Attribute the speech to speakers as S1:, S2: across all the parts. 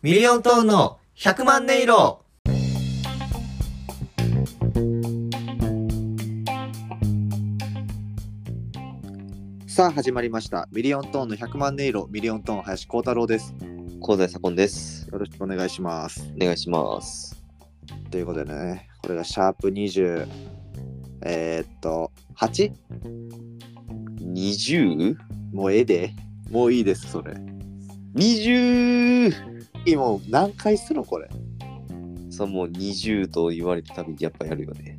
S1: ミリオントーンの100万音色さあ始まりましたミリオントーンの100万音色ミリオントーン林光太郎です
S2: 香西左近です。
S1: よろしくお願いします
S2: お願いします。
S1: ということでねこれがシャープ20えー、っと 8?
S2: 20?20!
S1: もうええでもういいですそれ
S2: 20
S1: 今もう何回するのこれ
S2: そうもう20と言われたたびにやっぱやるよね。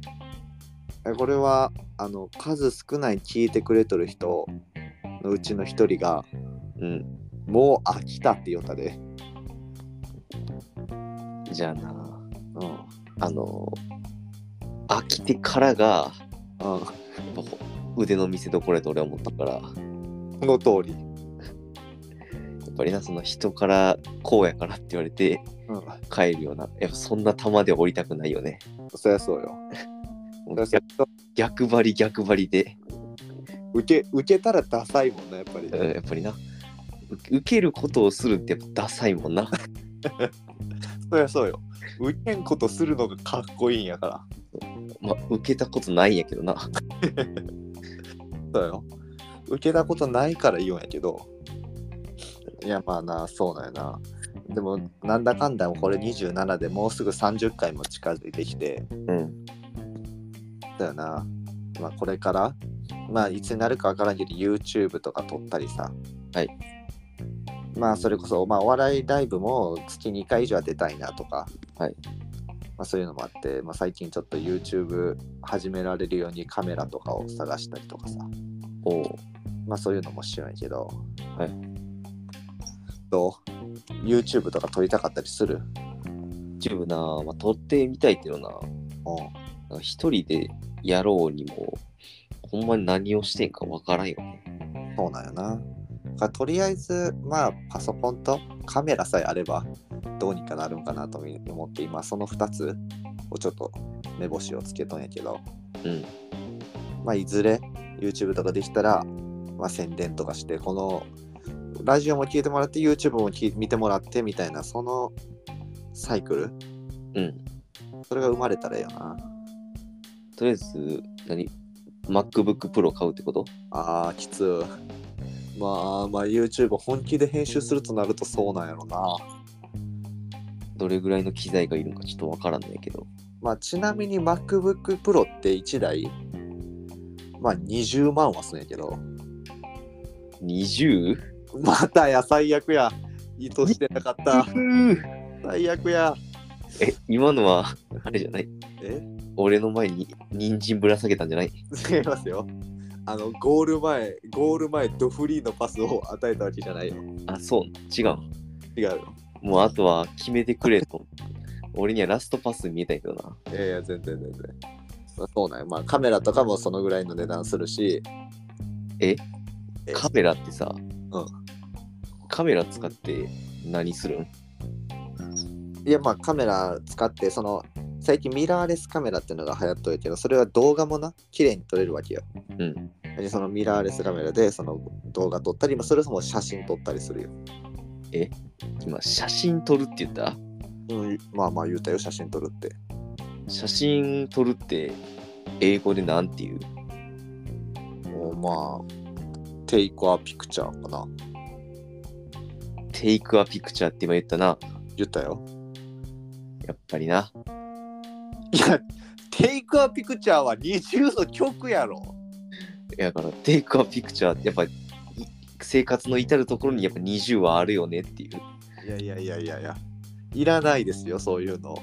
S1: えこれはあの数少ない聞いてくれとる人のうちの一人が
S2: うん。
S1: もう飽きたって言ったで、
S2: じゃあな、
S1: うんうん、
S2: あの、飽きてからが、
S1: こ
S2: やっぱ腕の見せ所やと俺は思ったから、や
S1: の通り、
S2: っぱりな、その人からこうやからって言われて
S1: うん、
S2: 帰るような、やっぱそんな球で降りたくないよね。
S1: そりゃ そうよ
S2: もう
S1: そりゃそう
S2: 逆逆張り逆張りで、
S1: 受け受けたらダサいもんなやっぱり、
S2: うん、やっぱりな、う受けることをするってやっぱダサいもんな。
S1: そりゃそうよ受けんことするのがかっこいいんやから
S2: まあ、受けたことないんやけどな。
S1: そうよ受けたことないから言うんやけどいやまあなそうなんやなでもなんだかんだこれ27でもうすぐ30回も近づいてきて
S2: うん。
S1: だよな、まあ、これから、まあ、いつになるかわからんけど YouTube とか撮ったりさ
S2: はい
S1: まあそれこそ、まあ、お笑いライブも月2回以上は出たいなとか、
S2: はい
S1: まあ、そういうのもあって、まあ、最近ちょっと YouTube 始められるようにカメラとかを探したりとかさ
S2: お
S1: まあそういうのもしてないけど、
S2: はい
S1: どう YouTube とか撮りたかったりする
S2: YouTube な、まあ、撮ってみたいけどな、
S1: う
S2: なんか一人でやろうにも、ほんまに何をしてんかわからんよね。
S1: んそうなんやなだからとりあえずまあパソコンとカメラさえあればどうにかなるんかなと思って今その2つをちょっと目星をつけとんやけど
S2: うん。
S1: まあいずれ YouTube とかできたら、まあ、宣伝とかしてこのラジオも聞いてもらって YouTube も聞い見てもらってみたいなそのサイクル
S2: うん。
S1: それが生まれたらええよな
S2: とりあえず、何 ?MacBook Pro 買うってこと
S1: あーきつまあまあ YouTube 本気で編集するとなるとそうなんやろな
S2: どれぐらいの機材がいるのかちょっとわからんないけど。
S1: まあ、ちなみに MacBook Pro って1台、まあ、20万はすんやけど、
S2: 20?
S1: またや、最悪や。意図してなかった。最悪や。
S2: え、今のは、あれじゃない
S1: え
S2: 俺の前に人参ぶら下げたんじゃない
S1: 違いますよ。あの、ゴール前、ゴール前、ドフリーのパスを与えたわけじゃないよ。
S2: あ、そう、違う。
S1: 違うよ。
S2: もうあとは決めてくれと。俺にはラストパス見えたけどな。
S1: いやいや、全然全然。まあそうなんよまあ、カメラとかもそのぐらいの値段するし、え
S2: カメラってさ、
S1: うん
S2: カメラ使って何するん
S1: いや、まあ、カメラ使って、その、最近ミラーレスカメラっていうのが流行っとるけど、それは動画もな、綺麗に撮れるわけよ。
S2: うん。
S1: でそのミラーレスカメラでその動画撮ったり、まあ、それとも写真撮ったりするよ。
S2: 今、写真撮るって言った
S1: うん、まあまあ言うたよ、写真撮るって。
S2: 写真撮るって英語でなんていう
S1: もうまあ、テイクアピクチャーかな。
S2: テイクアピクチャーって今言ったな。
S1: 言ったよ。
S2: やっぱりな。
S1: いや、テイクアピクチャーは20の曲やろ。
S2: だから、テイクアピクチャーってやっぱい生活の至るところにやっぱ20はあるよねっていう。や
S1: いやいやいやいやいや。いらないですよ、そういうの。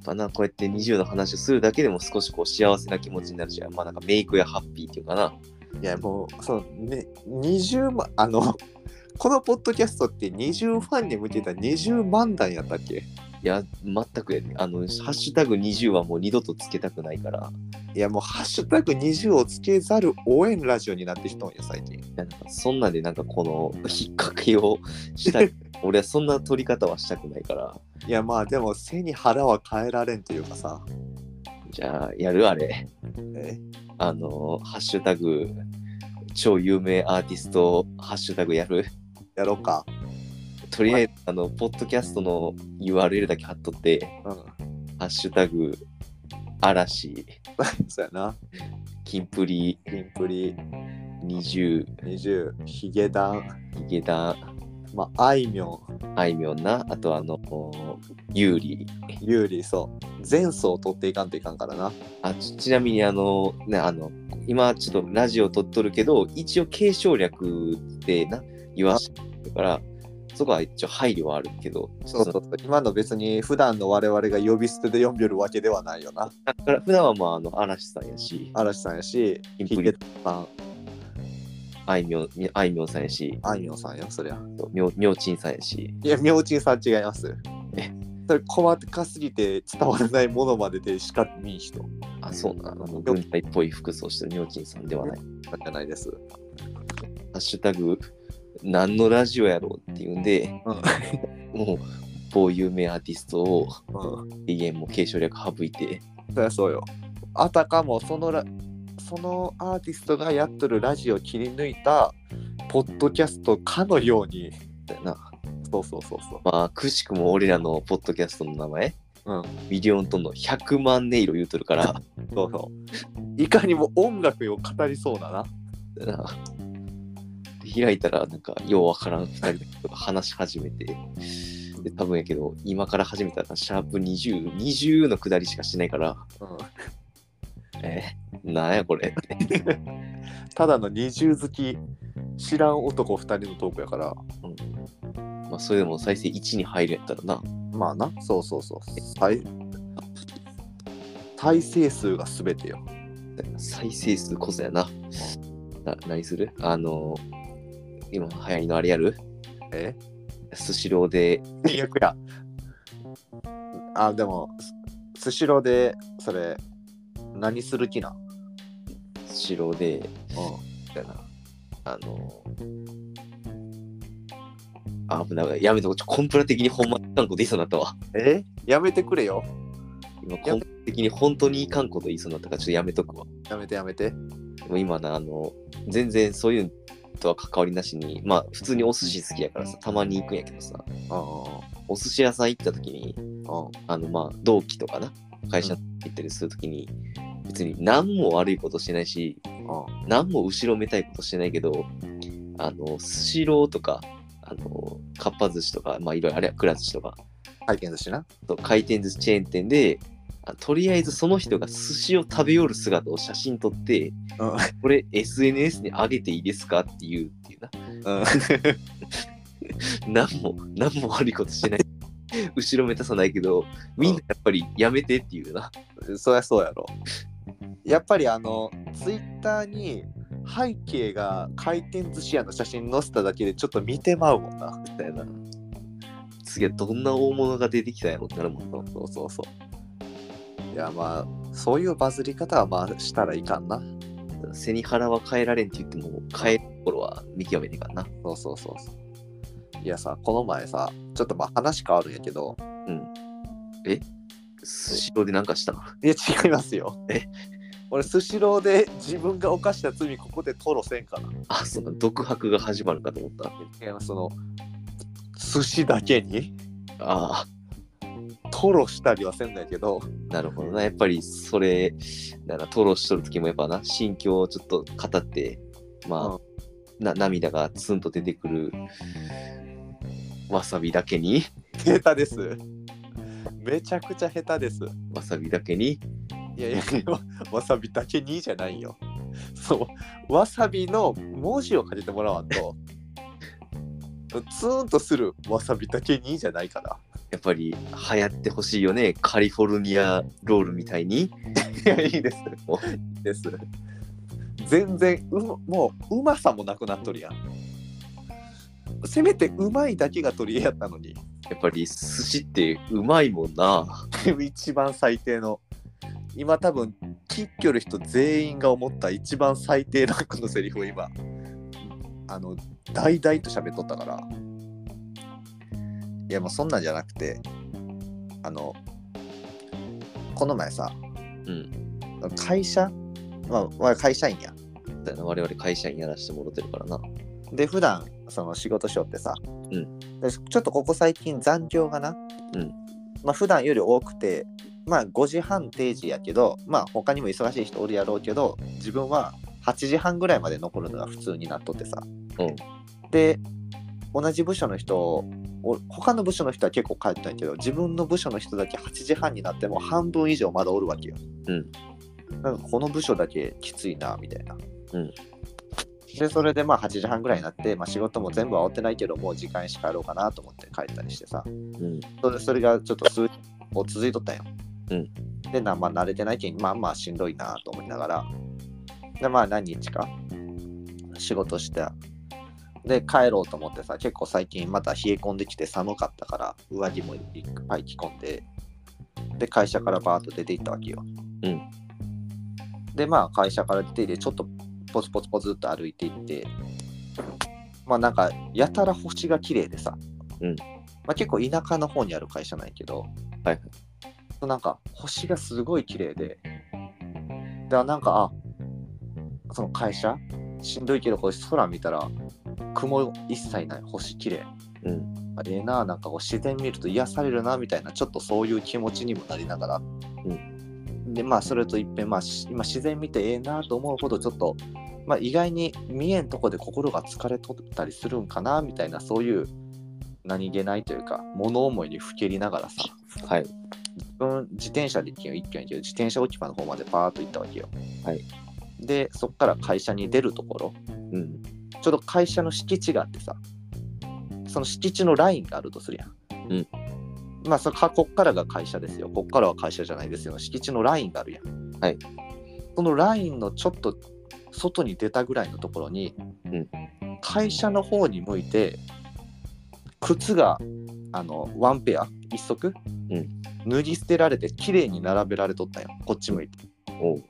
S2: っぱな、こうやって20の話をするだけでも少しこう幸せな気持ちになるじゃん。まあなんかメイクやハッピーっていうかな。
S1: いや、もう、その、ね、20万、あの、 このポッドキャストって20ファンに向けた20万弾やったっけ
S2: いや、全くやね。あの、ハッシュタグ20はもう二度とつけたくないから。
S1: いや、もう、ハッシュタグ20をつけざる応援ラジオになってきとんよ、最近。
S2: なんかそんなんでなんかこの引っ掛けをしたい俺はそんな取り方はしたくないから
S1: いやまあでも背に腹は変えられんというかさ、
S2: じゃあやるあれ
S1: え
S2: あのハッシュタグ超有名アーティストハッシュタグやる
S1: やろうか。
S2: とりあえず、あの、ポッドキャストの URL だけ貼っとって、
S1: うん。
S2: ハッシュタグ、嵐、
S1: そうやな。
S2: キンプリ、
S1: キンプリ
S2: 20、
S1: 20、ヒゲダン、
S2: ヒゲダン、
S1: まあ、あいみょん、
S2: あいみょんな、あとあの、おユーリ。
S1: ユーリー、そう。前奏を取っていかんといかんからな。
S2: あちちなみにあの、ね、あの、今ちょっとラジオ撮っとるけど、一応継承略でな、言わしてるから、そこは一応配慮はあるけど、
S1: そうそうそう。今の別に普段の我々が呼び捨てで呼びよるわけではないよな。
S2: だから普段はまあ、あの、嵐さんやし、
S1: 嵐さんやし、
S2: キン
S1: ヒ
S2: プ
S1: ゲ
S2: リ
S1: ダン、
S2: あいみょん、みあいみょんさんやし、
S1: あいみょんさんよ、そりゃ。
S2: みょみょうちんさんやし、
S1: いや、みょうちんさん違います
S2: え。
S1: それ細かすぎて伝わらないものまででしか見ん人
S2: あ、そうな、あの、軍隊っぽい服装してるみょうちんさんではない。
S1: じゃないです。
S2: ハッシュタグ、何のラジオやろうっていうんで、もう、某有名アーティストを、
S1: うん。
S2: 永遠も継承略省いて、
S1: そりゃそうよ。あたかもそのラそのアーティストがやっとるラジオを切り抜いたポッドキャストかのように。
S2: だよな。
S1: そうそうそうそう。
S2: まあ、くしくも俺らのポッドキャストの名前、
S1: うん
S2: ミリオントンの100万音色言うとるから、
S1: そうそう。いかにも音楽を語りそうだな。
S2: な開いたら、なんか、ようわからん2人とか話し始めて、で多分やけど、今から始めたら、シャープ20、20の下りしかしないから、
S1: うん。
S2: えー、なんやこれって。
S1: ただの二重好き知らん男二人のトークやから。
S2: まあ、それでも再生1に入るやったらな、
S1: まあな、そうそうそう。再再生数が全てよ。
S2: 再生数こそやな。な何するあの今流行りのあれやる
S1: え
S2: スシローで、
S1: 最悪や。あ、でも、ススシローで、それ、何する気な
S2: スシローで、
S1: う
S2: だな。あのあ、危ない。やめとこうちょ。コンプラ的にほんまにいかんこと言いそうになったわ。
S1: ん。えやめてくれよ。
S2: 今、コンプラ的に本当にいかんこと言いそうになったから、ちょっとやめとくわ。
S1: やめてやめて。
S2: でも今な、あの、全然そういうのとは関わりなしに、まあ、普通にお寿司好きやからさ、たまに行くんやけど
S1: う
S2: さ、お寿司屋さん行った時に、
S1: んうんうん。
S2: あの、まあ、同期とかな、会社行ったりする時に、別に何も悪いことしてないし、
S1: うんうん。
S2: 何も後ろめたいことしてないけど、あの、スシローとか、あの、かっぱ寿司とか、まあいろいろあれや、くら寿司とか、
S1: 回転寿司な。
S2: あと回転寿司チェーン店で、あとりあえずその人が寿司を食べよる姿を写真撮って、
S1: うん
S2: これ SNS に上げていいですかっていうっていうな。
S1: うん。
S2: 何も、何も悪いことしてない。後ろめたさないけど、みんなやっぱりやめてっていうな。
S1: そりゃそうやろ。やっぱりあの、ツイッターに背景が回転寿司屋の写真載せただけでちょっと見てまうもんな。
S2: みたいな。次はどんな大物が出てきたんやろってなるもんな。
S1: そうそうそう。いやまあ、そういうバズり方はまあしたらいかんな。
S2: 背に腹は変えられんって言っても変えるところは見極めていかんな。
S1: そうそうそうそう。いやさ、この前さ、ちょっとまあ話変わるんやけど、
S2: スシローでなんかしたの
S1: いや違いますよ。
S2: え
S1: 俺、スシローで自分が犯した罪、ここで吐露せんかな。
S2: あ、その独白が始まるかと思った。
S1: いやその、寿司だけに
S2: ああ、
S1: 吐露したりはせんだけど、
S2: なるほどな。やっぱりそれ、なんかトロしとる時もやっぱな、心境をちょっと語って、まあ、な涙がツンと出てくるわさびだけに、
S1: 下手です。めちゃくちゃ下手です。
S2: わさびだけに、
S1: いやいや、わわさびだけにじゃないよ。そう、わさびの文字をかけてもらわんと、ツーンとするわさびだけにじゃないから。
S2: やっぱり流行ってほしいよね。カリフォルニアロールみたいに。
S1: いや、いいです。
S2: お
S1: いいです。全然うま、もう、うまさもなくなっとるやん。せめてうまいだけが取り柄やったのに、
S2: やっぱり寿司ってうまいもんな。
S1: 一番最低の。今多分、切っきょる人全員が思った一番最低ランクのセリフを今、あの、大々と喋っとったから。いや、もうそんなんじゃなくて、あの、この前さ、
S2: うん。
S1: 会社、まあ、我々会社員や。
S2: だよな我々会社員やらしてもろてるからな。
S1: で普段その仕事しよってさ、
S2: ん
S1: でちょっとここ最近残業がな、
S2: うん
S1: まあ普段より多くてまあ5時半定時やけどまあ他にも忙しい人おるやろうけど自分は8時半ぐらいまで残るのが普通になっとってさ、で同じ部署の人お他の部署の人は結構帰ったんやけど自分の部署の人だけ8時半になっても半分以上まだおるわけよ、
S2: うん
S1: なんかこの部署だけきついなみたいな、
S2: うん
S1: でそれでまあ8時半ぐらいになって、まあ、仕事も全部は終わってないけどもう時間にしか帰ろうかなと思って帰ったりしてさ
S2: うん
S1: それそれがちょっと数日もう続いとったんよ、
S2: うん
S1: でな、まあ、慣れてないけんまあまあしんどいなと思いながらでまあ何日か仕事してで帰ろうと思ってさ結構最近また冷え込んできて寒かったから上着もいっぱい着込んでで会社からバーッと出て行ったわけよ、
S2: うん
S1: でまあ会社から出て行ってちょっとポツポツポツっと歩いていってまあなんかやたら星が綺麗でさ、
S2: うん
S1: まあ、結構田舎の方にある会社なんやけど、
S2: はい
S1: なんか星がすごい綺麗ででなんかあその会社しんどいけどこう空見たら雲一切ない星綺麗
S2: うん
S1: あええななんかこう自然見ると癒されるなみたいなちょっとそういう気持ちにもなりながら、でまあそれといっぺん、まあ、し今自然見てええなと思うほどちょっと、まあ、意外に見えんとこで心が疲れとったりするんかなみたいなそういう何気ないというか物思いにふけりながらさ
S2: はい
S1: 自分自転車で一軒一軒やけど自転車置き場の方までパーッと行ったわけよ、
S2: はい
S1: でそっから会社に出るところ
S2: うん
S1: ちょうど会社の敷地があってさ、その敷地のラインがあるとするやん。
S2: うん
S1: まあそか、こっからが会社ですよ。こっからは会社じゃないですよ。敷地のラインがあるやん。
S2: はい。
S1: そのラインのちょっと外に出たぐらいのところに、
S2: ん
S1: 会社の方に向いて、靴が、あの、ワンペア、一足、
S2: うん
S1: 脱ぎ捨てられて、綺麗に並べられとったんよ。こっち向いて。
S2: おう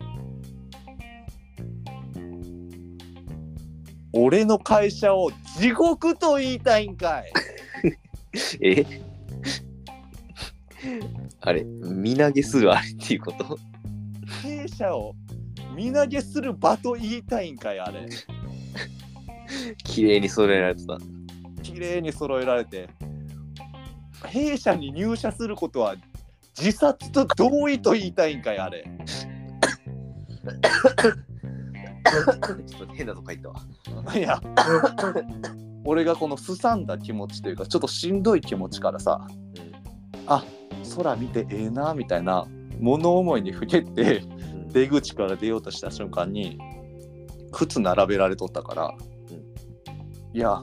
S1: 俺の会社を地獄と言いたいんかい
S2: えあれ身投げするあれっていうこと
S1: 経営者を身投げする場と言いたいんかいあれ
S2: 綺麗に揃えられてた
S1: 綺麗に揃えられて弊社に入社することは自殺と同意と言いたいんかいあれ
S2: ちょっと変なとこ入ったわ
S1: いや俺がこのすさんだ気持ちというかちょっとしんどい気持ちからさ空見てええなみたいな物思いにふけって
S2: うん
S1: 出口から出ようとした瞬間に靴並べられとったから、
S2: うん
S1: いや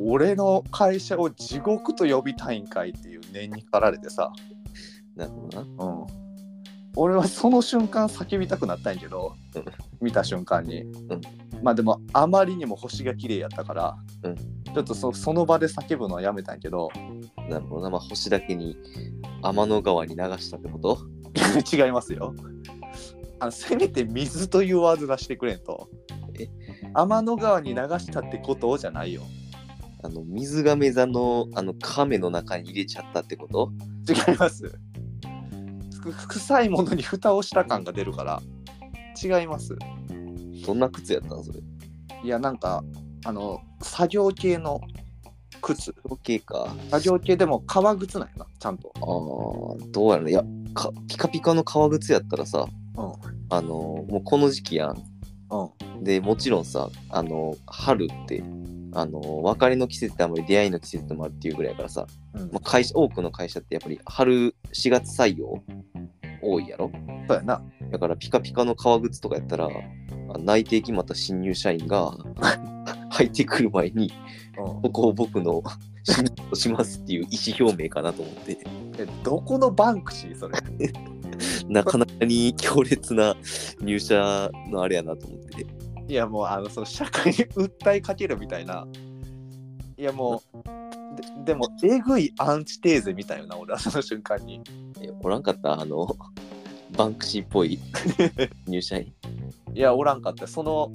S1: 俺の会社を地獄と呼びたいんかいっていう念に駆られてさ、
S2: なるほどな
S1: うん、俺はその瞬間叫びたくなったんやけど、
S2: うん
S1: 見た瞬間に、
S2: ん
S1: まあでもあまりにも星が綺麗やったから、
S2: うん
S1: ちょっとそその場で叫ぶのはやめたんやけど
S2: なるほどなまあ星だけに天の川に流したってこと
S1: 違いますよあのせめて水というワード出してくれんと
S2: え
S1: 天の川に流したってことをじゃないよ
S2: あの水亀座のあの亀の中に入れちゃったってこと
S1: 違いますく臭いものに蓋をした感が出るから違います
S2: どんな靴やったんそれ
S1: いやなんかあの作業系の靴
S2: 時計か
S1: 作業系でも革靴なんやなちゃんと
S2: あーどうやろいやかピカピカの革靴やったらさ
S1: うん
S2: あのもうこの時期やん
S1: うん
S2: でもちろんさあの春ってあの別れの季節であまり出会いの季節でもあるっていうぐらいやからさ、
S1: うん
S2: まあ、会社多くの会社ってやっぱり春4月採用多いやろ
S1: そうやな
S2: だからピカピカの革靴とかやったらあ内定決まった新入社員が 入ってくる前に
S1: うん
S2: ここを僕の新入としますっていう意思表明かなと思って
S1: えどこのバンクシーそれ
S2: なかなかに強烈な入社のあれやなと思って
S1: いやもうあのその社会に訴えかけるみたいないやもうででもえぐいアンチテーゼみたいよな俺はその瞬間に
S2: えおらんかったあのバンクシーっぽい 入社員
S1: いやおらんかったその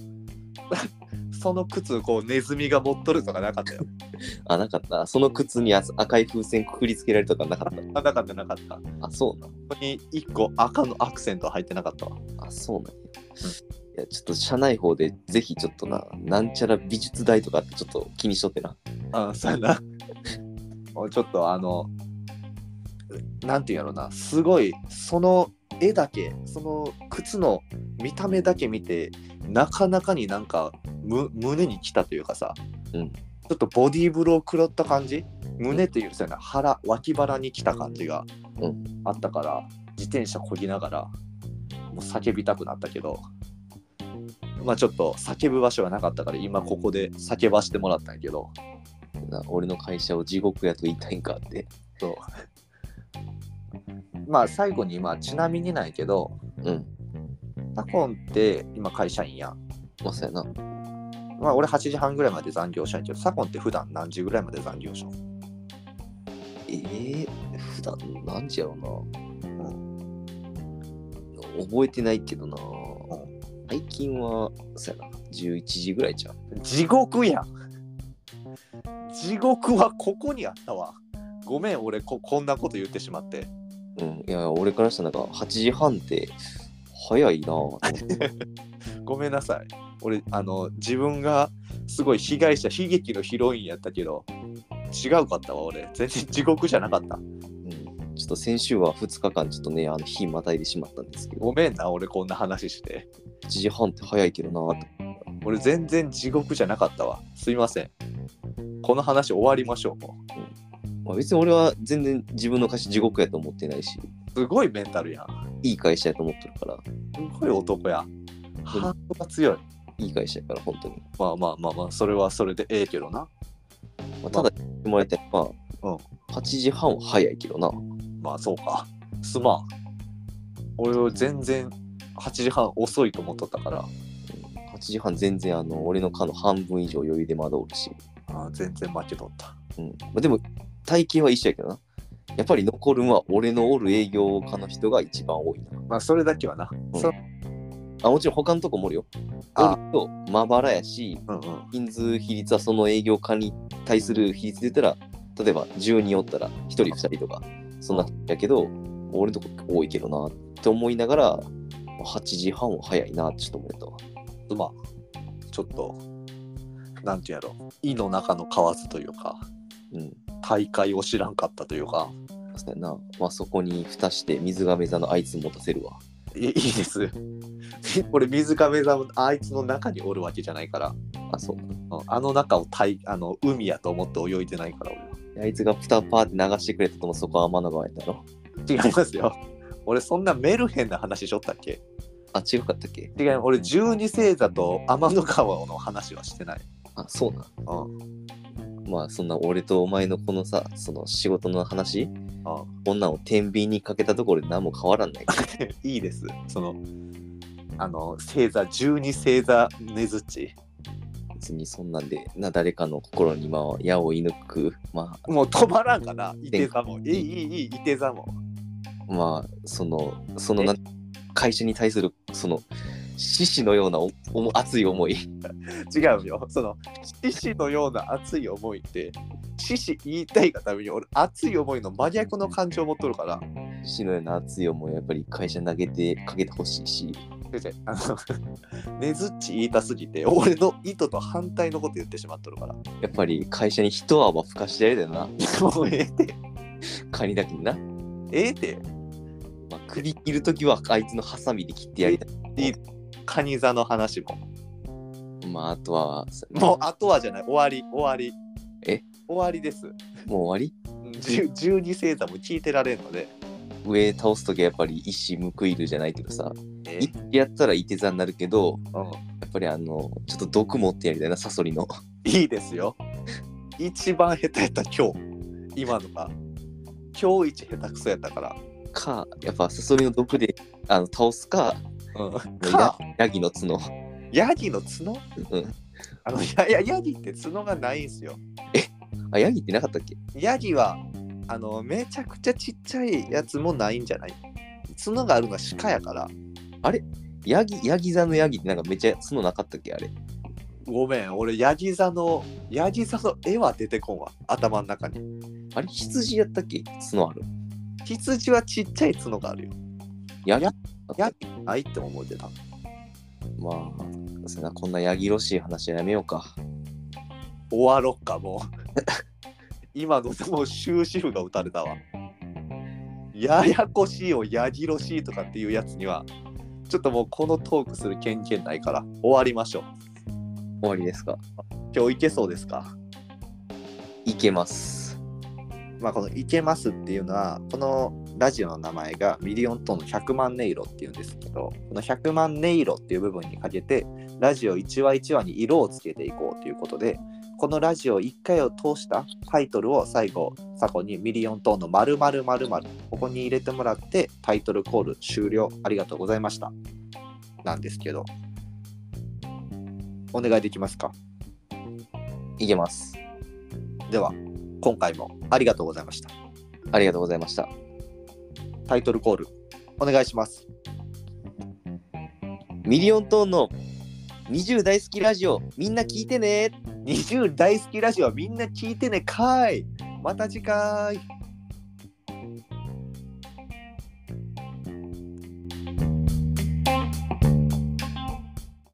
S1: その靴こうネズミが持っとるとかなかったよ
S2: あなかったその靴にあ赤い風船くくりつけられるとかなかっ
S1: あなかったなかった。こ
S2: たあそうな
S1: こに1個赤のアクセント入ってなかったわ。
S2: あそうなんやいや、ちょっと社内方で、ぜひちょっとな、なんちゃら美術大とかってちょっと気にしとってな。
S1: ああ、そうやな。もうちょっとあの、なんていうんやろな、すごい、その絵だけ、その靴の見た目だけ見て、なかなかになんかむ胸に来たというかさ、
S2: うん
S1: ちょっとボディーブロー食らった感じ、胸というそうやな、腹、脇腹に来た感じが
S2: う
S1: あったから、自転車こぎながら、もう叫びたくなったけど、まあちょっと叫ぶ場所がなかったから、今ここで叫ばしてもらったんやけど、
S2: な俺の会社を地獄やと言いたいんかって。
S1: そう。まあ最後に、まあちなみにないけど、
S2: うん。
S1: タコンって今会社員やん。
S2: まあ、そうやな。
S1: まあ俺8時半ぐらいまで残業したんやけど、サコンって普段何時ぐらいまで残業しょ
S2: ええ普段なんじゃろう
S1: う
S2: な、
S1: ん
S2: 覚えてないけどな、
S1: ん
S2: 最近はそうやな11時ぐらいじゃん
S1: 地獄やん。地獄はここにあったわ。ごめん、俺ここんなこと言ってしまって。
S2: うんいや俺からしたらなんか8時半って早いなと思って
S1: ごめんなさい。俺、あの、自分がすごい被害者、悲劇のヒロインやったけど、違うかったわ、俺。全然地獄じゃなかった。
S2: うん、ちょっと先週は2日間ちょっとねあの日またいでしまったんですけど
S1: ごめんな、俺こんな話して。
S2: 8時半って早いけどなと
S1: 俺全然地獄じゃなかったわすいませんこの話終わりましょうも
S2: まあ、別に俺は全然自分の会社地獄やと思ってないし
S1: うすごいメンタルやん
S2: いい会社やと思ってるから
S1: すごい男やハートが強い
S2: いい会社やから本当に、
S1: まあまあまあまあそれはそれでええけどな
S2: まあ、ただ言ってもらいたいのは、
S1: うん
S2: 8時半は早いけどな
S1: まあそうかすまん俺は全然8時半遅いと思っとったから
S2: 8時半全然あの俺の課の半分以上余裕でまだおるし、
S1: あー全然負けとった
S2: うんまあ、でも体型は一緒やけどなやっぱり残るんは俺のおる営業課の人が一番多いな
S1: まあそれだけはな、
S2: うん
S1: そ
S2: あもちろん他のとこもおるよ
S1: あ
S2: おるとまばらやし
S1: うんうん
S2: 人数比率はその営業課に対する比率で言ったら例えば10人おったら1人2人とかそんなやけど俺のとこ多いけどなって思いながら8時半は早いなってちょっと思ったわ
S1: すまんちょっとなんていうんやろ胃の中の蛙というか
S2: うん
S1: 大会を知らんかったというか
S2: そうやな、まあ、そこに蓋して水が座のあいつ持たせるわ。
S1: いいいです。俺、水亀座もあいつの中におるわけじゃないから、
S2: あ、そうな
S1: うんあの中をたいあの海やと思って泳いでないから、
S2: あいつが蓋パーって流してくれたともそこは天の川やったろ。
S1: 俺は。違いますよ。俺、そんなメルヘンな話しとったっけ
S2: あ、違うかったっけ
S1: 違う、俺、十二星座と天の川の話はしてない。
S2: あ、そうな。
S1: うん、
S2: まあそんな俺とお前のこのさ、その仕事の話、
S1: うん、
S2: こんなんを天秤にかけたところで何も変わらんない。
S1: いいです。その、あの、星座、十二星座ねづち。
S2: 別にそんなんで、な、誰かの心にまあ矢を射抜く、ま
S1: もう止まらんかな、いて座も。いい、いい、いい、いて座も。
S2: あ、まあ、その、その
S1: え
S2: な、会社に対する、その、獅子のようなおお熱い思い。
S1: 違うよその獅子のような熱い思いって獅子言いたいがために俺熱い思いの真逆の感情を持っとるから
S2: 獅子のような熱い思いをやっぱり会社に投げてかけてほしいし。
S1: 先生あの ねずっち言いたすぎて俺の意図と反対のこと言ってしまっとるから
S2: やっぱり会社に一泡吹かしてやりだよな。
S1: もうええて
S2: カニだけにな。
S1: ええて
S2: まあ、栗切るときはあいつのハサミで切ってやりたい。
S1: カニ座の話も
S2: まあ、あとは、
S1: もうあとはじゃない終わり終わり
S2: え
S1: 終わりです
S2: もう終
S1: 十十二星座も聞いてられんので
S2: わり上倒すときはやっぱり一矢報いるじゃないけどさ。
S1: え
S2: 一矢やったらいて座になるけど、
S1: うん
S2: やっぱりあの、ちょっと毒持ってやりたいな、サソリの。
S1: いいですよ。一番下手やった今日。今のが。今日一下手くそやったから。
S2: か、やっぱサソリの毒であの倒すか、
S1: うん、
S2: ヤ
S1: か、
S2: ヤギの角。
S1: ヤギの角
S2: うん
S1: あの、いやいや、ヤギって角がないんすよ。
S2: あ、ヤギってなかったっけ
S1: ヤギは、あの、めちゃくちゃちっちゃいやつもないんじゃない角があるのは鹿やから。
S2: ヤギ、ヤギ座のヤギってなんかめっちゃ角なかったっけあれ。
S1: ごめん、俺、ヤギ座の、ヤギ座の絵は出てこんわ。頭の中に。
S2: あれ、羊やったっけ角ある。
S1: 羊はちっちゃい角があるよ。
S2: ヤギ
S1: ヤギないって思うてた。
S2: まあ、そんな、こんなヤギろしい話はやめようか。
S1: 終わろっかもう 今のもう終止符が打たれたわややこしいをやぎろしいとかっていうやつにはちょっともうこのトークする権限ないから終わりましょう
S2: 終わりですか。
S1: 今日いけそうですか
S2: いけます。
S1: まあこの「いけます」っていうのはこのラジオの名前がミリオントンの100万音色っていうんですけどこの100万音色っていう部分にかけてラジオ1話1話に色をつけていこうということでこのラジオ1回を通したタイトルを最後サコにミリオントーンの〇〇〇〇ここに入れてもらってタイトルコール終了ありがとうございましたなんですけどお願いできますか
S2: いけます。
S1: では今回もありがとうございました
S2: ありがとうございました。
S1: タイトルコールお願いします
S2: ミリオントーンの20大好きラジオ、みんな聞いてね
S1: 20大好きラジオはみんな聞いてねかーいまた次回